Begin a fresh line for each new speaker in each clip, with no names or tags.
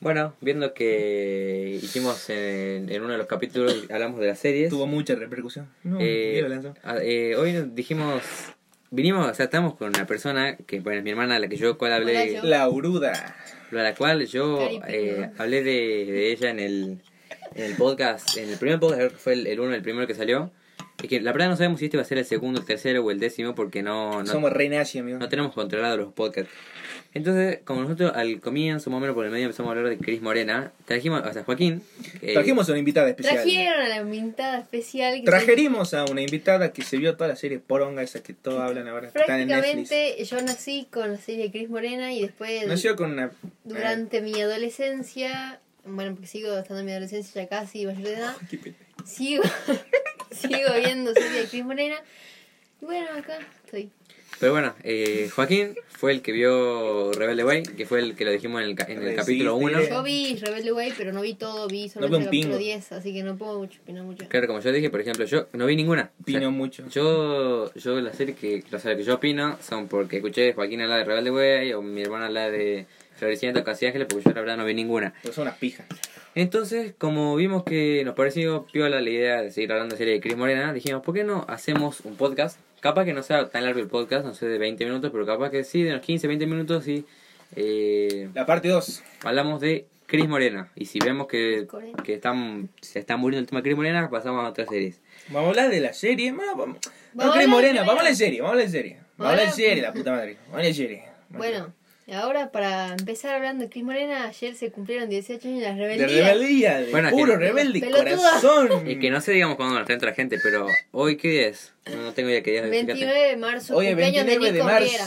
Bueno, viendo que hicimos en, en uno de los capítulos, hablamos de las series.
Tuvo mucha repercusión. No,
Eh,
ni lo lanzo.
a- eh, hoy nos dijimos, vinimos, o sea, estamos con una persona que, bueno, es mi hermana, la que yo cual hablé,
Hola, yo.
La uruda.
a la cual yo
Cari,
eh,
piña.
hablé de, de ella en el, en el podcast, en el primer podcast, creo que fue el, el uno, el primero que salió. Y que la verdad no sabemos si este va a ser el segundo, el tercero o el décimo porque no, no,
Somos re nazi, amigo.
no tenemos controlado los podcasts. Entonces, como nosotros al comienzo, más o menos por el medio, empezamos a hablar de Cris Morena, trajimos, o sea, Joaquín. eh,
Trajimos a una invitada especial.
Trajeron a la invitada especial. que
Trajerimos a una invitada que se vio toda la serie poronga, esa que todos hablan ahora, que están en Netflix.
Prácticamente yo nací con la serie de Cris Morena y después
Nació con una. eh,
durante mi adolescencia, bueno, porque sigo estando en mi adolescencia ya casi mayor de edad,
qué pena.
sigo, sigo viendo serie de Cris Morena. Y bueno, acá estoy.
Pero bueno, eh, Joaquín fue el que vio Rebelde Way, que fue el que lo dijimos en el, ca- en el
Resiste.
capítulo 1.
Bien.
Yo vi Rebelde Way, pero no vi todo, vi
veo
solamente
un
el capítulo
pingo.
10, así que no puedo mucho opinar mucho.
Claro, como yo dije, por ejemplo, yo no vi ninguna. O sea,
Opino mucho.
yo, yo las series que, o sea, que yo opino son porque escuché Joaquín hablar de Rebelde Way o mi hermana hablar de Floricienta o Casi Ángeles, porque yo la verdad no vi ninguna.
Pues son unas pijas.
Entonces, como vimos que nos pareció piola la idea de seguir hablando de serie de Cris Morena, dijimos, ¿por qué no hacemos un podcast? Capaz que no sea tan largo el podcast, no sé, de 20 minutos, pero capaz que sí, de unos 15, 20 minutos y... Eh,
La parte 2.
Hablamos de Cris Morena. Y si vemos que,
Correcto.
que están, se está muriendo el tema de Cris Morena, pasamos a otras series.
Vamos a hablar de la serie. ma, vamos.
Vamos
No
a
crees
hablar
morena,
de-
vamos a la serie, vamos a la serie. Vamos a la
Hola.
serie, la puta madre. Vamos a la serie.
Bueno, ahora para empezar hablando de Cris Morena, ayer se cumplieron 18 años de la
De
rebeldía.
rebeldía, de
Bueno,
puro
que-
rebelde,
Pelotuda.
corazón.
Y que no sé, digamos, cuándo nos entra gente, pero hoy qué día es. No, no tengo idea qué día
Eh,
es. fíjate.
29 de marzo,
Hoy es
cumpleaños
29
de
de
Nico
marzo.
Riera,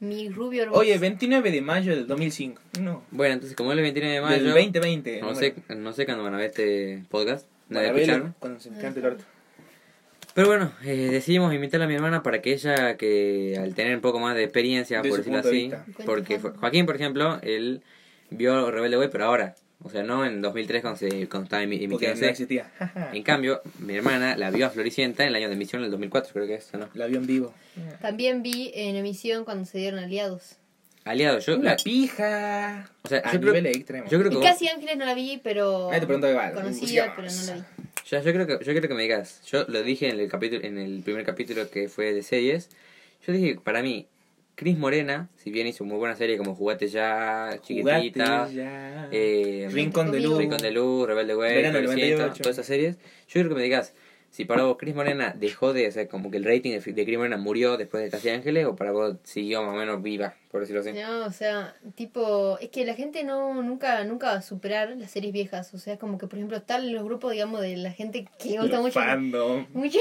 mi rubio hermoso.
Oye, 29 de mayo del 2005. No.
Bueno, entonces, como es el 29 de
Del
mayo,
2020.
no,
número.
sé, no sé cuándo van a ver este podcast. Nadie va
Para
a
verlo
escucharlo.
cuando se cante el orto.
Pero bueno, eh, decidimos invitar a mi hermana para que ella, que al tener un poco más de experiencia,
De
por
su
decirlo
punto de
así,
vista.
porque Jo- Joaquín, por ejemplo, él vio Rebelde Way, pero ahora, o sea, no en 2003 cuando, se, cuando estaba emi-
Porque no
emitiéndose,
existía.
En cisión. cambio, mi hermana la vio a Floricienta en el año de emisión, en el 2004, creo que es, ¿o ¿no?
La vio en vivo.
También vi en emisión cuando se dieron aliados.
Aliado, yo.
Una
la-
pija.
o sea,
a
yo creo,
nivel extremo.
yo creo que
Y
vos-
Casi Ángeles no la vi, pero
Nadie te preguntó de Val.
conocía,
Dios.
pero no la vi.
ya, yo creo que yo creo que me digas. Yo lo dije en el capítulo en el primer capítulo que fue de series. Yo dije, que para mí, Cris Morena, si bien hizo muy buena serie como Jugate Ya, Chiquitita,
Jugate ya.
eh,
Rincón de luz.
Rincón de Luz, Rebelde Way,
Verano del
Floricienta,
98.
todas esas series. Yo creo que me digas, si para vos Cris Morena dejó de, o sea, como que el rating de, de Cris Morena murió después de Casi Ángeles, o para vos siguió más o menos viva, por decirlo así.
No, o sea, tipo, es que la gente no nunca nunca va a superar las series viejas, o sea, como que por ejemplo están los grupos, digamos, de la gente que le gusta
Los
mucho Eh,
fandom.
mucho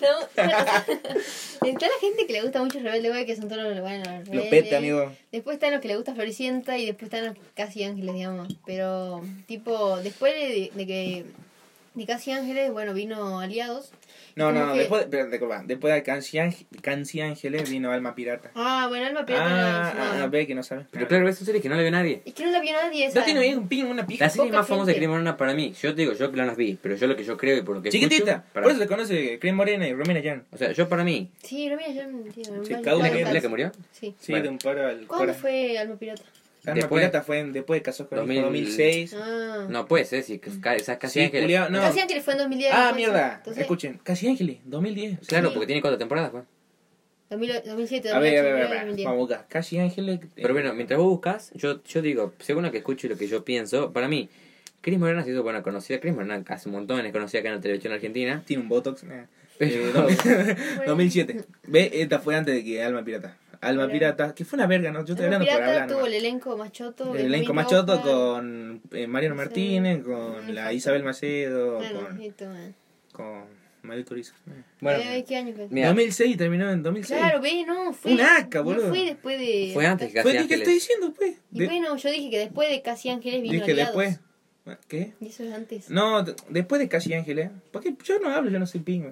No, está la gente que le gusta mucho Rebelde Way, que son todos los bueno,
Los
Rebelde.
pete, amigo.
Después están los que le gusta Floricienta y después están los Casi Ángeles, digamos. Pero, tipo, después de, de que. De Casi Ángeles, bueno, vino Aliados.
No,
Como
no,
que-
después, pero, disculpa, después de Canci Ángel- Canci Ángeles vino Alma Pirata.
Ah, bueno, Alma Pirata
Ah,
no, no.
ah, ve que no sabe.
Pero claro, son series que no la vio nadie.
Es que no la vio nadie.
No
esa.
tiene bien un pin, una pija.
La serie
Poca
más famosa de
gente.
Cris Morena para mí, yo te digo, yo que no las vi, pero yo lo que yo creo y por lo que escucho,
Chiquitita.
para-
Por eso se conoce Cris Morena y Romina Yan.
o sea, yo para mí,
Sí, no, mira, ya me tío, me
Sí,
vaya,
cada uno
la que,
claro,
tiene-
la
claro.
que murió,
Sí.
Sí,
Bueno.
de un paro al
¿Cuándo
cora.
fue Alma Pirata?
Alma
Después.
Ah, Pirata fue en- después de Casó con
2000.
2006.
Ah.
no puede ser, si ca- esas casi
Sí,
Ángeles-
culiao, no.
Casi Ángeles fue en 2010.
Ah,
después,
mierda.
entonces,
Escuchen, Casi Ángeles, 2010. Sí.
Claro,
Sí.
porque tiene cuatro temporadas, pues.
2000 2007,
A ver, a ver, a
2008,
ver, a ver.
2010.
Vamos a buscar. Casi Ángeles. eh,
Pero bueno, mientras vos buscas, yo, yo digo, según lo que escucho y lo que yo pienso, para mí, Cris Morena se hizo, bueno, conocida, Cris Morena hace un montón, es conocida acá en la televisión argentina,
Tiene un Botox. eh.
pero...
Eh, 2007. Ve, esta fue antes de que Alma Pirata. Alma
Hola.
Pirata, que fue una verga, ¿no? Yo estoy
Alma
hablando por
Pirata
hablar.
tuvo
nomás.
el elenco más choto.
El elenco
Benjamín
más choto
Rojas.
con eh, Mariano
Sí.
Martínez, con la Isabel Macedo,
Bueno,
con,
esto, eh.
con Mariel Turizo. Eh.
bueno,
Eh, ¿Qué año fue?
Mira.
2006 terminó en 2006.
Claro, ve, no, fue.
Un aca,
no
boludo.
fue después de.
fue antes que
Fue
Casi
de que estoy
Ángeles.
diciendo, pues.
Y
De-
bueno, yo dije que después de Casi Ángeles vino
dije
Aliados.
después. ¿Qué?
Y eso es antes.
No, d- después de Casi Ángeles. Porque yo no hablo, yo no soy pingo.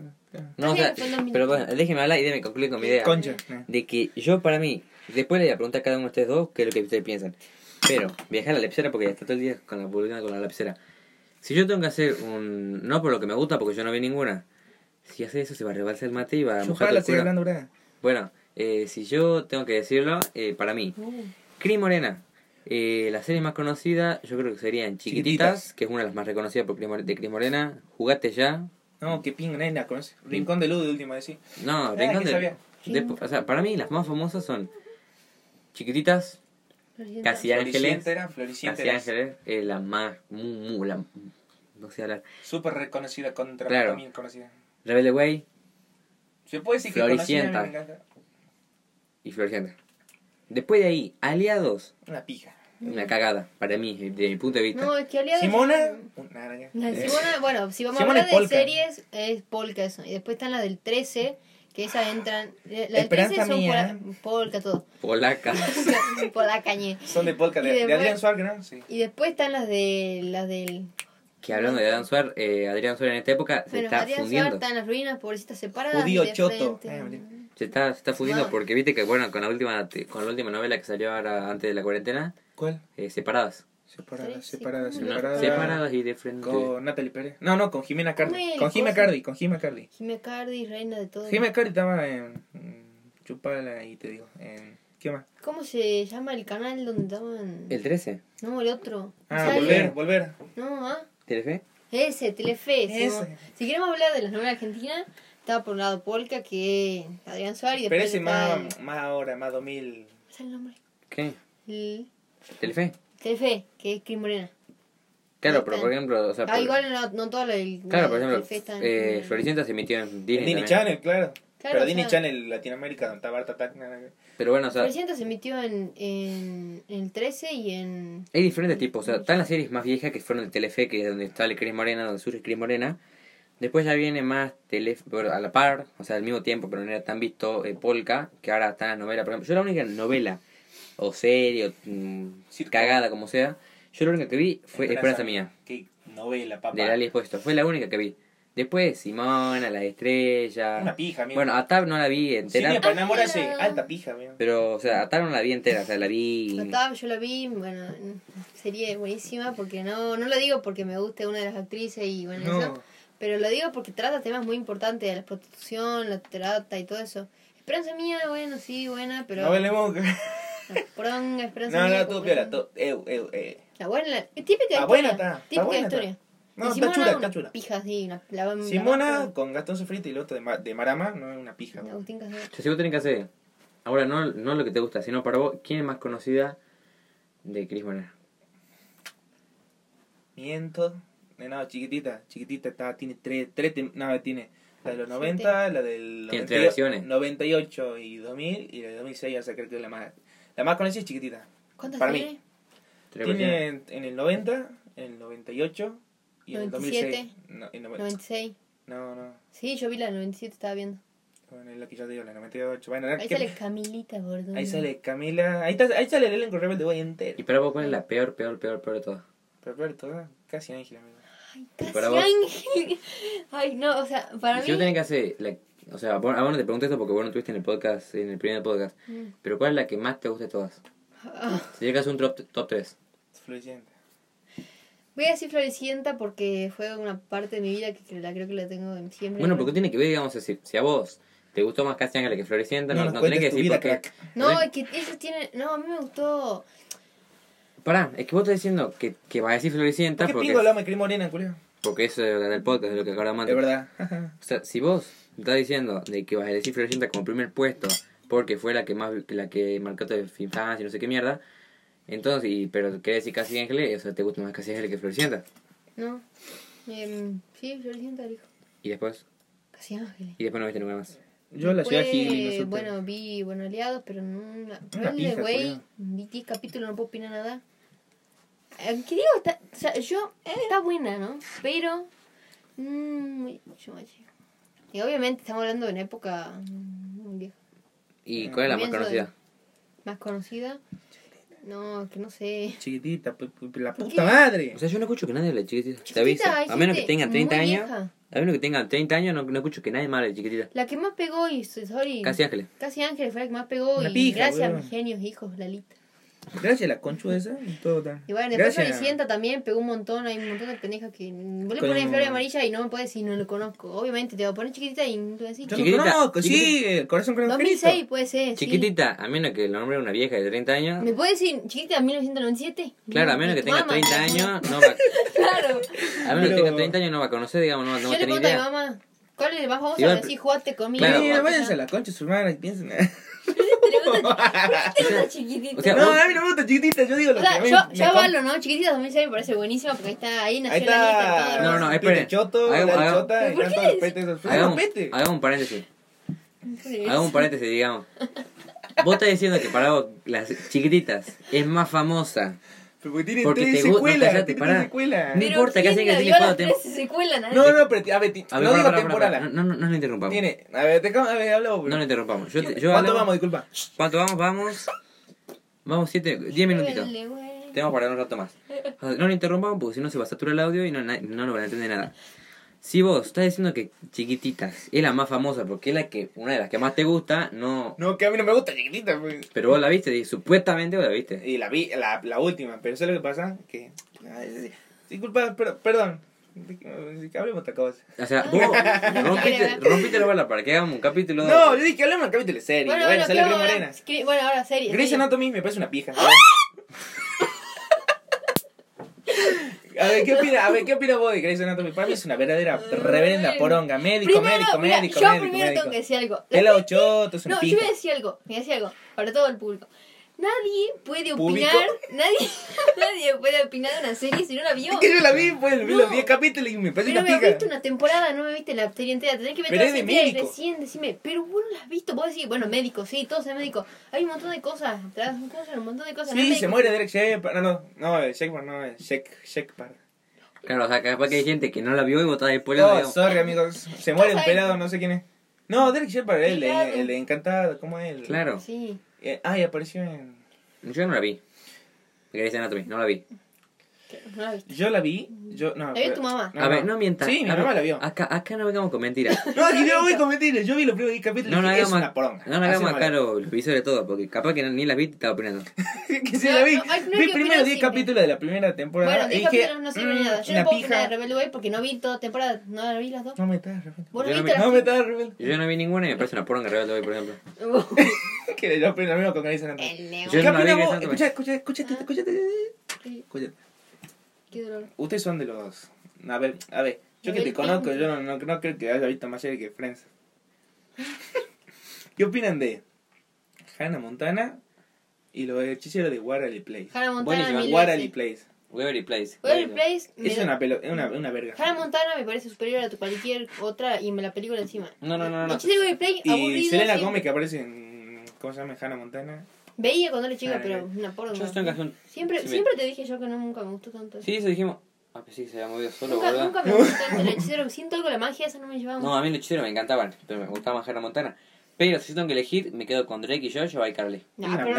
No, o sea,
Fue en 2000.
pero bueno, déjeme hablar y déjeme concluir con mi idea.
Concha. eh.
de que yo para mí, después le voy a preguntar a cada uno de ustedes dos qué es lo que ustedes piensan. Pero, viajar a la lapicera porque está todo el día con la boludeando con la lapicera. Si yo tengo que hacer un... No por lo que me gusta, porque yo no vi ninguna. Si hace eso se va a rebalsar el mate y va a
Yo
mojar
para la
el
estoy
culo.
hablando, ¿verdad?
Bueno, eh, si yo tengo que decirlo, eh, para mí,
Uh,
Cris Morena Eh, las series más conocidas, yo creo que serían Chiquititas,
Chiquititas.
que es una de las más reconocidas por Cris More- de Cris Morena. Jugate ya.
No, que ping, nena, conoces. Rincón de Luz, de última vez sí.
No,
Ah,
Rincón
que
de-
sabía.
de- O sea, para mí las más famosas son Chiquititas,
Floricienta.
Casi Ángeles.
Floricienta era, Floricienta
Casi
era
Ángeles, eh, la más. Muy, muy, la, no sé hablar.
súper reconocida contra
Claro.
también conocida.
Rebelde Way
Se puede decir que
Floricienta.
conocida, me encanta.
y Floricienta. Después de ahí, Aliados,
Una pija.
una cagada, para mí, de mi punto de vista.
No, es que aliados.
Simona, una araña. Eh,
La
Eh.
de Simona, bueno, si vamos
Simona
a
es
hablar de
polka.
series, es polka eso. Y después están las del 13, que esas entran. La del
Esperanza
13 son
mía. ¿eh?
pola- polka, todo.
Polaca.
Polka, cañé.
Son de polka,
Y
de, de
después-
Adrián Suárez, ¿no? Sí.
Y después están las de las del.
Que hablando de Adrián Suárez, eh, Adrián Suárez en esta época se
Bueno,
está
Adrián Suárez
fundiendo.
está en las ruinas, pobrecita separadas.
Judío
y de
choto.
frente.
Ah, Adrián.
Se está, se está fundiendo
No.
porque viste que, bueno, con la última te- con la última novela que salió ahora antes de la cuarentena,
¿Cuál?
eh, separadas.
Separada,
Sí, sí,
separada,
¿cómo
¿no?
separada.
Separadas y de frente.
Con Natalie Pérez. No, no, con Jimena Cardi.
Bueno,
Con Jimena
cosa.
Cardi, con Jimena Cardi.
Jimé Cardi, reina de todo.
Jimena Cardi estaba en. mm, Chupala y te digo. En, ¿Qué más?
¿Cómo se llama el canal donde estaban?
El 13,
No, el otro.
Ah,
¿Sale?
volver, volver.
No, ah.
Telefe.
Ese, Telefe. Si,
Ese.
no- si queremos hablar de las novelas argentinas, está por un lado Polka, que Adrián Suárez. y
Pero
después
ese
está
más, más ahora, más 2000.
el- ¿cuál es el nombre?
¿Qué?
El-
¿Telefe?
Telefe, que es Cris Morena.
Claro,
Ahí
pero
está.
por ejemplo, o sea,
Ah,
por-
igual no, no todo el.
claro, por ejemplo,
Telefe está en-
eh, Floricienta se emitió en Disney.
Disney
también.
Channel, claro.
Claro,
Pero
o
Disney
sea-
Channel Latinoamérica, donde estaba Barta Tac. nada que-
Pero bueno, o sea, hay
Floricienta se emitió en, en, en el 13 y en.
diferentes tipos. O sea, están las series más viejas que fueron de Telefe, que es donde está el Cris Morena, donde surge Cris Morena. Después ya viene más Telefe, bueno, a la par, o sea, al mismo tiempo, pero no era tan visto eh, Polka, que ahora están las novelas. Por ejemplo, yo la única novela o serie o mm,
Circo.
cagada, como sea, yo la única que vi fue Esperanza, Mía,
Qué novela, papá.
de Ali Expuesto. Fue la única que vi. Después Simona, La Estrella.
Una pija, amigo.
Bueno, a Tab no la vi
Cine
entera.
para enamorarse,
Ah.
alta pija, amigo.
Pero, o sea, Atar no la vi entera, o sea, la vi.
La estaba, yo la vi, bueno, sería buenísima porque no, no lo digo porque me guste una de las actrices y bueno, eso.
No,
Pero lo digo porque trata temas muy importantes, la prostitución, la trata y todo eso. Esperanza mía, bueno, sí, buena, pero...
no hablemos.
La poronga, esperanza
No,
mía.
no,
como
todo piola,
dicen.
todo. Eu, eu, eh.
La buena, la, es típica
Está
historia.
buena, está, está
típica
buena, está.
historia.
No,
Y
está
Simona,
chula, está
una
chula.
Pija, sí, una- la, la-
Simona
la-
con Gastón Sofrita y el otro de, Ma- de Marama, no es una pija.
la-
bro.
Agustín Casero.
Yo, si vos tenés que hacer, ahora no, no lo que te gusta, sino para vos, ¿quién es más conocida de Chris Morena?
Miento. No, no, chiquitita, chiquitita, está, tiene tres, tres, tem- no, tiene la de los 90, la del
Tiene tres versiones.
98 y 2000 y la de 2006, o sea, creo que es la más, la más conocida es chiquitita.
¿Cuántas
Para mí.
tiene?
Tres
tiene
versiones.
en, en el 90, en el 98 y en el 2006.
97.
No, en noven-
96.
no, no,
Sí, yo vi la 97, estaba viendo.
bueno, es lo que yo digo, la 98. Bueno,
Ahí
que-
sale Camilita, boludo.
ahí sale Camila, ahí, está, ahí sale el elenco rebelde güey entero.
Y para vos, ¿cuál es la peor, peor, peor, peor de todas?
Pero peor de todo, casi Ángela, amigo.
Casi
para vos?
ángel. Ay, no, o sea, para
Si vos
mí.
tenés que hacer, la- o sea, vos- a vos no te pregunto esto porque vos no estuviste en el podcast, en el primer podcast,
Mm. ah.
pero ¿cuál es la que más te gusta de todas? Si llegas a un top, top 3.
Fluyente.
Voy a decir Floricienta porque fue una parte de mi vida que la creo que la tengo en siempre.
Bueno, porque tiene que ver, digamos, si, si a vos te gustó más Casi Ángela que Floricienta, no,
nos
no
cuentes
tenés que
tu
decir
vida,
por qué.
crack.
No,
tenés-
es que ellos tienen. No, a mí me gustó.
Pará, es que vos estás diciendo que, que vas a decir Floricienta
¿Por qué
porque,
pingo hablamos de Cris Morena, culio?
porque eso es del podcast, es lo que acabamos antes.
Es verdad. ajá.
O sea, si vos estás diciendo de que vas a decir Floricienta como primer puesto porque fue la que más la que marcó tu infancia y no sé qué mierda, entonces, y, pero querés decir Casi Ángeles, o sea, te gusta más Casi Ángeles que Floricienta.
No. Em, sí, Floricienta dijo.
Y después,
Casi ángeles.
y después no viste nunca más.
Yo la ciudad
Después,
Gil, no supe.
Pues, Bueno, vi Bueno Aliados, pero no. Una,
Ah,
Una pija,
güey.
culiao.
Vi 10 capítulos, no puedo opinar nada. Eh, ¿Qué digo? Está, o sea, yo. Está buena, ¿no? Pero. mm, muy- yo me llego. y obviamente estamos hablando de una época mm, muy vieja.
¿Y cuál es la más
Comienzo de-
conocida?
más conocida. No, que no sé.
Chiquitita, pu- pu- la
¿Por
puta
qué?
madre.
O sea, yo no escucho que nadie de la chiquitita.
Chiquitita,
Te aviso. A
existe,
menos que tengan 30
muy
años.
vieja.
A menos que tengan 30 años, no, no escucho que nadie más de la chiquitita.
La que más pegó y sorry.
Casi Ángeles.
Casi Ángeles fue la que más pegó
Una
y
pija,
gracias a
boludo.
mis genios hijos, Lalita.
Gracias a la conchu esa. y Todo está.
Y bueno, después
Gracias.
Floricienta también pegó un montón, hay un montón de pendejas que vos le
Con-
pones flor amarilla y no me puedes decir no lo conozco. Obviamente te voy a poner chiquitita y no te voy a decir.
Yo
Chiquitita,
lo conozco, sí,
chiquitita.
el corazón con
2006 puede ser. sí.
Chiquitita, a menos que el nombre de una vieja de 30 años.
¿Me puedes decir chiquitita 1997?
Claro, a menos que
Tu
tenga
mamá,
30
tu mamá.
años, no va,
Claro.
a menos que tenga
Pero-
30 años no va a conocer, digamos, no, va- no va
Yo
a
le
tener
cuento a mi
idea.
mamá. ¿Cuál es el más famoso?
Y va-
Le decís, jugate conmigo.
Claro,
Mira,
bueno.
váyanse a la concha de su hermana y piensen.
Te gusta chiquitita.
O sea,
no, a mí no me gusta chiquitita, yo digo lo
O
que
sea,
a mí
yo,
me
yo
com-
avalo, ¿no? Chiquitita 2006 me parece buenísima porque ahí está, ahí nació
Ahí
la
está.
nieta.
No,
todo.
no,
Pete
esperen.
Choto,
Hagamos-
la
hagamos-
chota y
¿Por
tanto
qué?
el pete. esos-
Hagamos,
Pete.
hagamos un paréntesis. Hagamos un paréntesis, digamos. Vos estás diciendo que para vos, las chiquititas es más famosa.
Pero Porque tiene
Porque
tres
te gu- no,
secuelas.
cállate,
tiene
pará.
tres secuelas.
Ni-
Pero
importa, que
¿quién
hacen que
la
sí
vio a
le
las
puedo tem-
tres ¿eh? secuelas, nadie?
No, no, pero a ver, ti-
A ver, pará,
no digo
pará, pará, pará.
temporada.
No, no, no le interrumpamos.
Tiene, a ver, te a ver, hablamos.
No le interrumpamos. Yo, te- yo
¿Cuánto
hablaba-
vamos? Disculpa.
¿Cuánto vamos? Vamos. Vamos 7, 10 minutitos.
Huele, huele.
Tenemos para un rato más. O sea, No lo interrumpamos porque si no se va a saturar el audio y no, na- no lo van a entender nada. Si vos estás diciendo que Chiquititas es la más famosa porque es la que una de las que más te gusta, no.
No, que a mí no me gusta chiquitita. pues.
Pero vos la viste, y supuestamente vos la viste.
Y la vi, la, la última, pero ¿sabes lo que pasa? Que. ay, Disculpa, pero, perdón. Que hablemos otra cosa.
O sea, vos rompiste, rompiste la bola para que hagamos un capítulo.
No, yo dije que hablemos de capítulo de serie.
Bueno,
Bueno,
bueno,
sale
¿qué
Gris
vamos a
Morena.
hablar? Escri- Bueno, ahora serie.
Grey's
serie.
Anatomy me parece una pija. A ver, ¿qué opina, a ver, ¿qué opina vos de Grey's Anatomy? Para mí es una verdadera reverenda poronga. Médico,
Primero,
médico,
mira,
médico,
yo
médico,
primero
médico.
tengo que decir algo. La
Pela
gente-
ochoto, es una
No, yo
pija.
voy a decir algo, voy a decir algo, para todo el público. Nadie puede
¿Público?
opinar, nadie, nadie puede opinar de una serie si no la vio.
Es que yo la vi, pues, vi
No.
los 10 capítulos y me parece
Pero
una
me
pija.
viste una temporada, no me viste la serie entera. Tenés que ver
Pero
toda
es
la
de
serie entera y
médico.
recién decime, pero vos no la has visto. Vos decís, bueno, médico, sí, todos son médicos. Hay un montón de cosas, atrás, un coso, un montón de cosas. no es
Sí, se
médico.
muere Derek Shepard. No, no, no, el Shepard no, el Shek, Shepard.
Claro, o sea, capaz que hay gente que no la vio y vos estás después la
Oh,
veo.
sorry, amigos. Se muere un
Pasa
pelado, no sé quién es. No, Derek Shepard, el,
Claro.
de- el de Encantado, ¿cómo es? El-
Claro,
Sí.
Eh, ay, apareció en...
yo no la vi. Grey's Anatomy, no la vi.
que No la viste.
Yo la vi, yo... No,
La vio
pero-
tu mamá.
A ver, no mientas.
Sí, mi
A ver, Ah.
mamá la vio.
Acá, acá no vengamos con mentiras.
No, si yo voy con mentiras. Yo vi los primeros 10 capítulos
No,
y
no
dije, es
hagamos,
una poronga.
no, no hagamos
Así
acá los, los visores de todo, porque capaz que ni las viste y estaba opinando.
que sí
No,
la vi.
no, ay,
vi
no, que
primero
opinas
10
siempre.
capítulos de la primera temporada.
Bueno,
y
dije
dije,
capítulos no sirven
mm,
de nada. Yo
una
no puedo opinar de
pija.
Rebelde Way porque no vi toda temporada, no la vi las dos.
No me estás rebelde.
Vos
Yo
no
no
viste
vi-
No me
las
estás rebelde.
Yo no vi ninguna y me parece una poronga rebelde hoy, por ejemplo.
Que yo opino lo mismo con Grey's Anatomy.
Uh, El león.
Yo
¿Qué
no la vi,
opinas
Grey's
vos?
Anatomy.
Escucha, escucha, escúchate,
Ah.
escúchate.
Qué-
Escúchate.
Qué dolor.
Ustedes son de los. A ver, a ver. Yo que te
Del
conozco,
Pink.
yo no, no, no creo que haya visto más serie que Friends. ¿Qué opinan de Hannah Montana y los hechiceros de Waverly Place?
Hannah Montana.
Buenísima,
mil
Waverly
veces.
Place.
Waverly Place.
Waverly Place. me
Es
da-
una, pelo, es una, una verga.
Hannah Montana me parece superior a tu cualquier otra y me la película encima.
No, no, no, no.
El chiste de Waverly Place,
Y
aburrido,
Selena
sí.
Gomez que aparece en. ¿Cómo se llama? Hannah Montana.
Veía cuando era chica,
Ah,
pero una porra.
Yo estoy en cajón.
Siempre,
Sí,
siempre te dije yo que no, nunca me gustó tanto.
Sí, eso dijimos. Ah, pues sí, se había movido solo,
nunca,
boludo.
nunca me gustó tanto el hechicero. Siento algo, la magia esa no me llevaba.
No, a mí los hechiceros me encantaban, pero me gustaba más Hannah Montana. Pero si tengo que elegir, me quedo con Drake y Josh o iCarly.
No, pero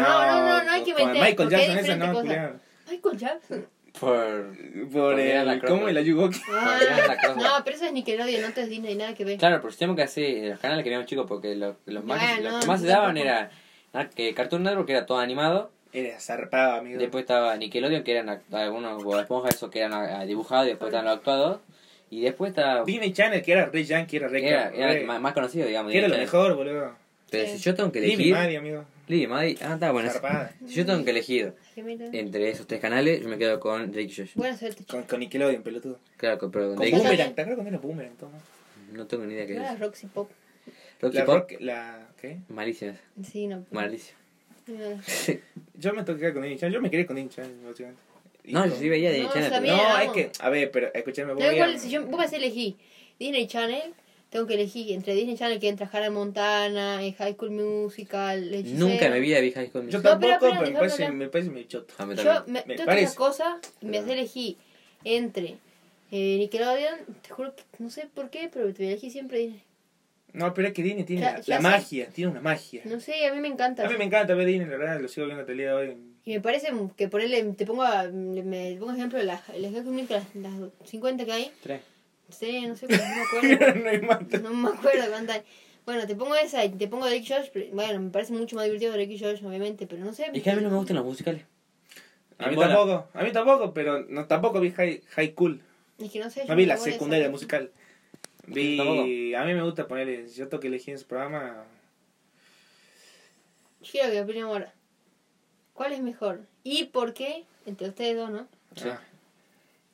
no, no, no, no, hay que
con
meter.
Michael
porque hay
Jackson, esa
diferentes
no,
cosas.
culiao.
Michael Jackson.
Por...
Por
Porque era la
el. ¿Cómo
Crocker.
el Ayugoki?
Ah,
Porque era la cosa.
no, pero eso es Nickelodeon, no te es Disney, nada que ver.
Claro, porque si tenemos que hacer los canales que veíamos chicos, porque los, los más,
Ah,
los
no,
que más se
yo
daban
tampoco.
era ah, que Cartoon Network, que era todo animado.
Era zarpado, amigo.
Después estaba Nickelodeon, que eran act- algunos Bob Esponja, esos que eran ah, dibujados, y después estaban los actuados. Y después estaba...
Disney Channel, que era Ray Yankee, era Ray
Era, era el
Ray-
que más, más conocido, digamos.
Que era lo
directamente.
mejor, boludo.
Pero
Sí.
si yo tengo que
Lili
elegir...
Madi, amigo.
Lili Maddy. Ah, está bueno. ese.
Zarpada.
Si yo tengo que elegir
Gemela.
entre esos tres canales, yo me quedo con Drake y Josh.
Buena suerte, chico.
Con, con Nickelodeon, pelotudo.
Claro, con- pero con
Con
Drake y Josh
Boomerang. ¿Te acuerdas cuando era Boomerang? Toma.
no tengo ni idea qué
Yo era
es.
Roxy Pop.
Rocky
La
Pop.
rock, la... ¿Qué?
Malísimas.
Sí, no.
Malísimas.
No.
Yo me toqué con Disney Channel. Yo me quería con Disney Channel, básicamente. Y
No,
con-
yo sí veía de
No,
Channel,
sabía.
pero-
No,
Mira,
es
vamos.
que... A ver, pero escúchame. voy
No,
a-
igual, si yo vos vas a elegir Disney Channel, tengo que elegir entre Disney Channel que entra Hannah Montana, eh, High School Musical, El Hechicero.
Nunca en mi vida vi High School
Yo
Musical.
No, pero
tampoco,
espera,
pero me
déjame
parece,
hablar.
me parece medio choto.
A mí
Yo,
también.
me,
Me
tengo que
parece.
hacer cosas, me hace elegir entre eh, Nickelodeon, te juro que no sé por qué, pero te elegí siempre Disney.
No, pero es que Disney tiene
Ya-
la,
ya
la
sé.
magia. Tiene una magia.
No sé, a mí me encanta.
A mí me encanta ver Disney, la verdad. Lo sigo viendo hasta el día de hoy.
Y me parece que ponerle, te pongo, a- me pongo ejemplo, las, las, High School Musical, las, 50 que hay,
Tres.
sé, no sé, no me acuerdo.
no hay más.
No me acuerdo cuántas. Bueno, te pongo esa y te pongo Drake y Josh. pero- Bueno, me parece mucho más divertido Drake y Josh, obviamente, pero no sé.
Es que a mí no me gustan los musicales.
A
Bien,
mí
bola.
tampoco, a mí tampoco, pero no, tampoco vi High, high Cool.
Es que no sé. yo
No vi
me
la
acuerdo de
secundaria
esa.
musical.
Tampoco.
Vi. A mí me gusta ponerle. Si yo tengo que elegir en ese programa.
Yo quiero que opinen ahora. ¿Cuál es mejor? ¿Y por qué? Entre ustedes dos, ¿no?
Sí.
ah,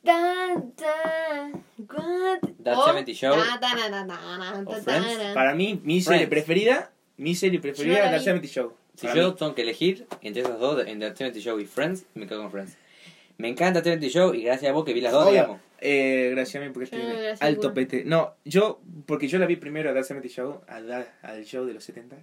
Tan, tan, what?
That
O-
70 Show.
Tan, tan, tan, tan, tan,
O
tan,
Friends.
tan.
Para mí, mi serie
Friends.
preferida. Mi serie
Yo
preferida
la
es The 70
vi.
Show.
Si
Para
yo
mí.
tengo que elegir entre esas dos, entre The 70 Show y Friends, me quedo con Friends. Me encanta The 70 Show y gracias a vos que vi las dos,
Obvio.
digamos.
Eh, gracias a mí porque
Yo
estoy
no, gracias
alto
a vos.
pete. No, yo, porque yo la vi primero a The 70 Show, a Da- al show de los 70.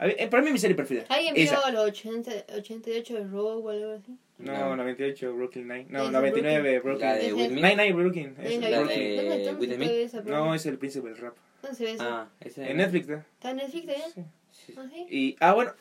A ver, eh, para mí mi serie preferida.
¿Alguien
Esa.
vio los 80, 88 de Rogue o algo así?
No, 98, Brooklyn 9. No,
Es
99,
La
Brooklyn.
de
Esa-
Will Smith.
99, Brooklyn. es
¿Alguien la
la
vio?
de
Brooklyn.
¿Dónde está? ¿Dónde
Will
está
Smith?
esa
No, eh.
película?
es el príncipe del rap.
¿Dónde se ve eso?
Ah, ese
En Netflix, ¿no?
¿Está en Netflix también?
Sí.
¿Ah, sí?
Y, ah, bueno,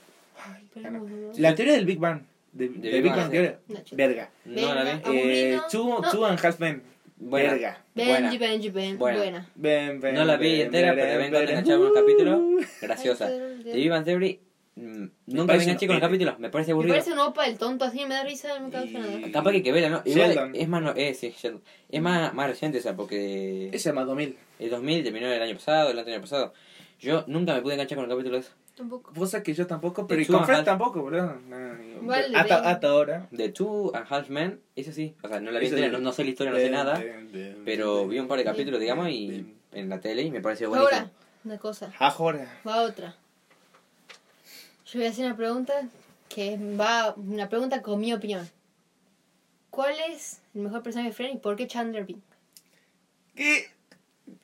Esperemos, ¿no?
la teoría del Big Bang. De, de Big Bang,
sí.
teoría.
Nacho.
Verga.
No la vi.
Venga.
Eh,
Aburrido.
two,
No.
two and Half Men.
Buena.
Verga.
Buena.
Benji, Benji, Ben.
Buena.
Buena.
Ven, ven,
No la vi
ven,
entera,
ven,
pero
ven,
vengo a
ven. Uh,
enganchar unos capítulos.
Ay,
Graciosa.
qué
The
dolor.
Big Bang Theory, mm, nunca me
parece
enganché con los
horrible.
capítulos, me parece
Me
aburrido.
parece un opa el tonto así, me da risa, nunca he hecho nada.
Y-
Capaz que que vela, ¿no? Igual
Sheldon.
es más, no, eh, sí, Sheldon. es más, más reciente esa, porque
Esa es más 2000.
el 2000 terminó el año pasado, el año pasado. Yo nunca me pude enganchar con los capítulos de eso.
Tampoco.
Cosa que yo tampoco,
De
pero y
two
con
and
Fred
half.
tampoco, boludo. No, digo,
Igual de
hasta,
Ben.
hasta ahora.
The Two and Half Men, eso sí, o sea, no la vi
Esa
entera,
es-
no, no sé la historia, no sé
Ben,
nada,
Ben, Ben,
pero
Ben.
vi un par de capítulos, digamos, y
Ben.
en la tele y me pareció buenísimo.
Ahora, una cosa.
Ahora.
Va otra. Yo voy a hacer una pregunta que va una pregunta con mi opinión. ¿Cuál es el mejor personaje de Friends y por qué Chandler Bing?
¿Qué?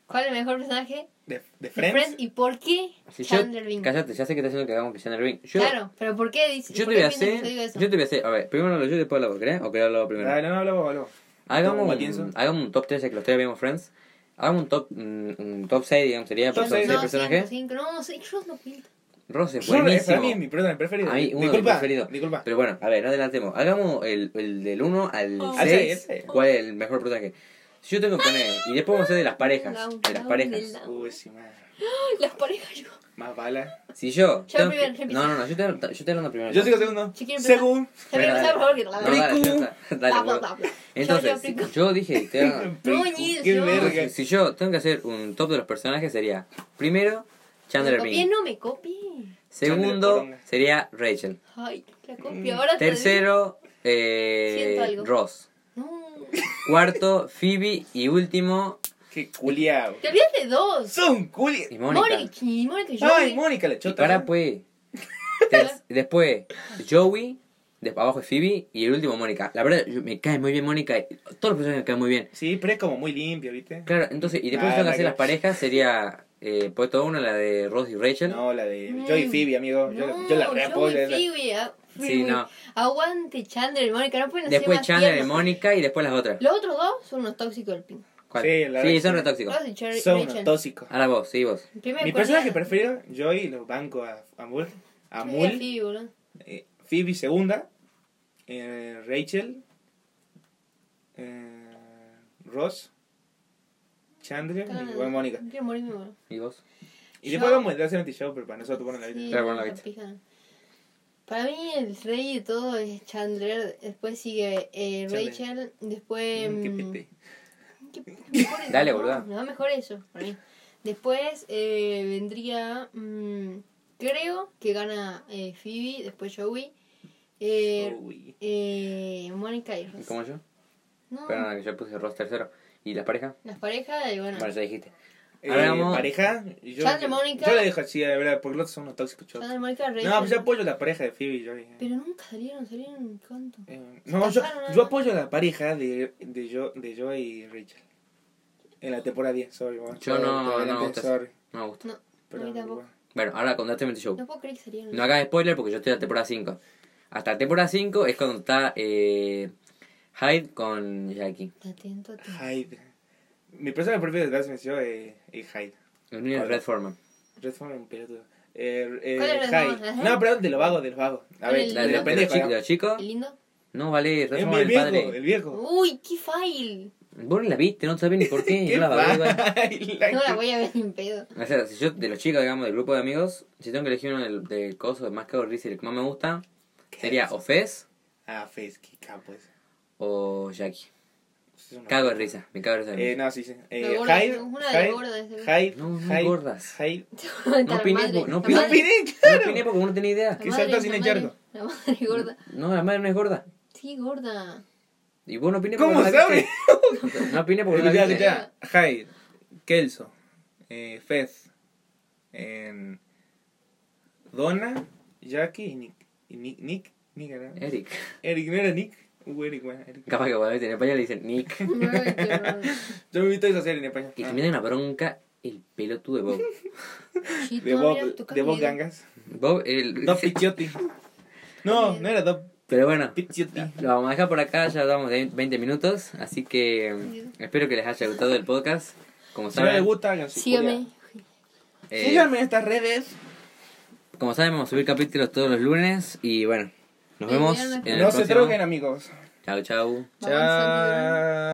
¿Cuál es el mejor personaje
¿De, de
de
Friends?
Friends y por qué
Si yo,
Chandler Bing?
cállate, ya sé que estás haciendo que hagamos que Chandler Bing. Yo,
claro, pero ¿por qué dices?
yo
por
te voy
qué
a
piensas que
hacer,
yo digo eso?
yo te voy a hacer, a ver, primero hablo yo y después hablo vos, ¿querés? ¿O querés hablar vos primero?
Dale, no, hablamos, hablamos.
Hagamos
Toma,
un,
Watkinson.
hagamos un top 3, ya que los tres vimos Friends. Hagamos un top, mm, un top 6, digamos, sería
Top
porque son
seis.
6
no,
personajes.
cinco, cinco, no, sí, Ross no pinta.
Ross es
Yo, eh, Para mí es
buenísimo.
mi personaje preferido.
A mí, uno de mis
disculpa,
preferidos.
Disculpa.
Pero bueno, a ver, no adelantemos. Hagamos el, el del 1 al
Oh.
Al
6.
seis, ese.
¿Cuál es el mejor personaje? Si yo tengo que poner. Y después vamos a hacer de las parejas.
Down,
De las
down,
parejas.
down.
Uy, sí, más,
Ay, Las parejas yo.
más bala.
Si yo.
Yo
tengo
primero,
que-
yo empiezo.
no, no, no, yo te, yo te hablando primero.
Yo sigo segundo.
Si quieren
Según.
Ya me
Bueno,
empezaba, por favor, que la
No, dale,
Rico.
ya está. Dale,
bla, bla,
bueno.
bla, bla.
Entonces,
Yo, yo,
yo dije. te hago-
No, Gil,
Qué
yo-
verga.
si yo tengo que hacer un top de los personajes, sería. Primero, Chandler
me copié,
Bing.
no me copié.
Segundo,
Chandler Poronga.
sería Rachel.
Ay, la copia. Ahora te
Tercero,
Siento
eh,
algo.
Ross.
digo- No.
Cuarto, Phoebe. Y último,
Qué culiao.
Te olvidaste de dos.
Son culiao.
y Mónica.
Mónica. y Mónica y yo.
Ay, Mónica la
Y
chota.
para, pues. Ter- después, Joey. De, abajo es Phoebe. Y el último, Mónica. La verdad, yo- me cae muy bien Mónica. y Todos los personajes me caen muy bien.
Sí, pero es como muy limpio, ¿viste?
Claro, entonces, y después
Ah,
tengo que
la
hacer
que-
las parejas. Sería, eh, puesto uno, la de Ross y Rachel.
No, la de
Mm.
yo y Phoebe, amigo. Yo, yo la
No,
reapoyo.
Joey,
esa.
Phoebe, ah, Phoebe.
Sí, no.
Aguante Chandler y Mónica. No pueden hacer
después
más
Chandler y
tiernos.
Mónica. Y después las otras.
Los otros dos son unos tóxicos del pin.
¿Cuál?
Sí, la verdad
son
que-
retóxicos.
Ross y Cherry-
Son
Rachel.
unos tóxicos.
Ahora vos, sí, vos.
Primero
Mi
con
personaje
Diana.
preferido, Joey, los banco a, a Mul. A
Yo
Mul.
diría Phoebe, boludo.
eh, Phoebe segunda, eh, Rachel, eh, Ross, Chandler y bueno, Mónica.
Quiero morirme, boludo.
¿Y vos?
Y
Ah. Yo-
después vamos a hacer show, pero para nosotros ponen la vida.
Sí,
Claro, bueno, la
la
viste.
pija. Para mí el rey de todo es Chandler, después sigue eh,
Chandler.
Rachel, después...
Mm, qué
mm,
pete.
¿Qué- mejor eso,
Dale,
no,
boluda.
No, mejor eso. para mí. Después eh, vendría. mm, creo que gana eh, Phoebe, después Joey, eh,
Uy.
eh, Mónica y
¿Y
Ross.
¿Cómo yo?
No,
Pero no, que yo puse Ross tercero. ¿Y las parejas?
las parejas, y bueno.
Bueno, ya dijiste.
Eh,
Hablamos-
pareja, yo,
Chandler, Mónica.
yo la dejo así, de verdad, porque los otros son unos tóxicos chotos.
Chandler, Mónica, Rachel.
No, pues yo apoyo la pareja de Phoebe y Joey. eh.
Pero nunca salieron, salieron cuánto.
Eh, no, yo,
casaron,
yo
¿no?
apoyo la pareja de, de, yo, de Joey y Rachel. En la temporada 10, sorry. bueno,
Yo
sorry,
no-
te
no,
adelanté,
usted-
sorry.
No me gusta.
No,
Pero,
a mí tampoco.
bueno.
Bueno, ahora contaste el Show.
No puedo creer que salieron.
No hagas spoiler porque yo estoy en la temporada 5. Hasta la temporada 5 es cuando está eh, Hyde con Jackie.
Atento, atento.
Hyde. Mi personaje preferida de Last Mención es, es Hyde.
Los niños de
Hola.
Red Foreman.
Red Phone es un pelotudo. Eh, eh,
¿Cuál es Red Phone?
Hyde.
Ajá.
No, perdón, de los vagos, de los vagos. A
¿Cuál
ver,
es
La
de
de,
los
los- de los
pendejos.
chicos, de
¿no?
los chicos.
¿El lindo?
No, vale, Red
Es
Foreman
el
el
viejo, el
padre.
viejo.
Uy, qué file.
Vos no la viste, no sabés ni por qué.
Qué
yo la babé, vale.
baila.
No la voy a ver ni en pedo.
O sea, si yo de los chicos, digamos, del grupo de amigos, si tengo que elegir uno del, del coso más que risa y el que más me gusta, sería o Fez
Ah, Face, qué capo es.
o Jackie.
Es una-
Cago de risa, me cago de risa. de
Eh,
mí.
no, sí, sí.
Lo
Eh,
gordo,
Hyde,
una de
Hyde,
gordo, ese.
Hyde,
No, no
Hyde,
gordas.
Hyde.
No opines, no
No
Madre.
opiné,
No
claro.
opiné porque no tenía idea.
que salta sin echarlo.
La madre gorda.
No, la madre no es gorda.
Sí, gorda.
Y vos no opines porque
¿Cómo
no la viste.
sabes?
No opines porque no
Escuchá,
la viste.
escuchá. Hyde, Kelso, eh, Fez, em, Donna, Jackie y Nick. Y Nick, Nick, Nick era.
Eric.
Eric, ¿no era Nick? Uh, Eric, bueno, Eric.
Capaz que cuando dicen en España le dicen Nick.
No, qué horror.
Yo me he visto esa serie en España.
Que
Ah.
se mete una bronca el pelotudo de Bob.
Sí,
De
tú,
Bob,
mira, tu
de Bob
cambio.
Gangas.
Bob, el.
Doc Picciotti. No, no era Doc
Pero bueno,
Picciotti.
lo vamos a dejar por acá, ya damos de 20 minutos. Así que eh, espero que les haya gustado el podcast. Como
Si no les
saben,
gusta, hagan su
Sígame.
eh,
Síganme en estas redes.
como saben, vamos a subir capítulos todos los lunes. Y bueno, nos
El
vemos
viernes.
en el
No se
próximo.
droguen, amigos.
Chau, chau.
Vamos a
Chao.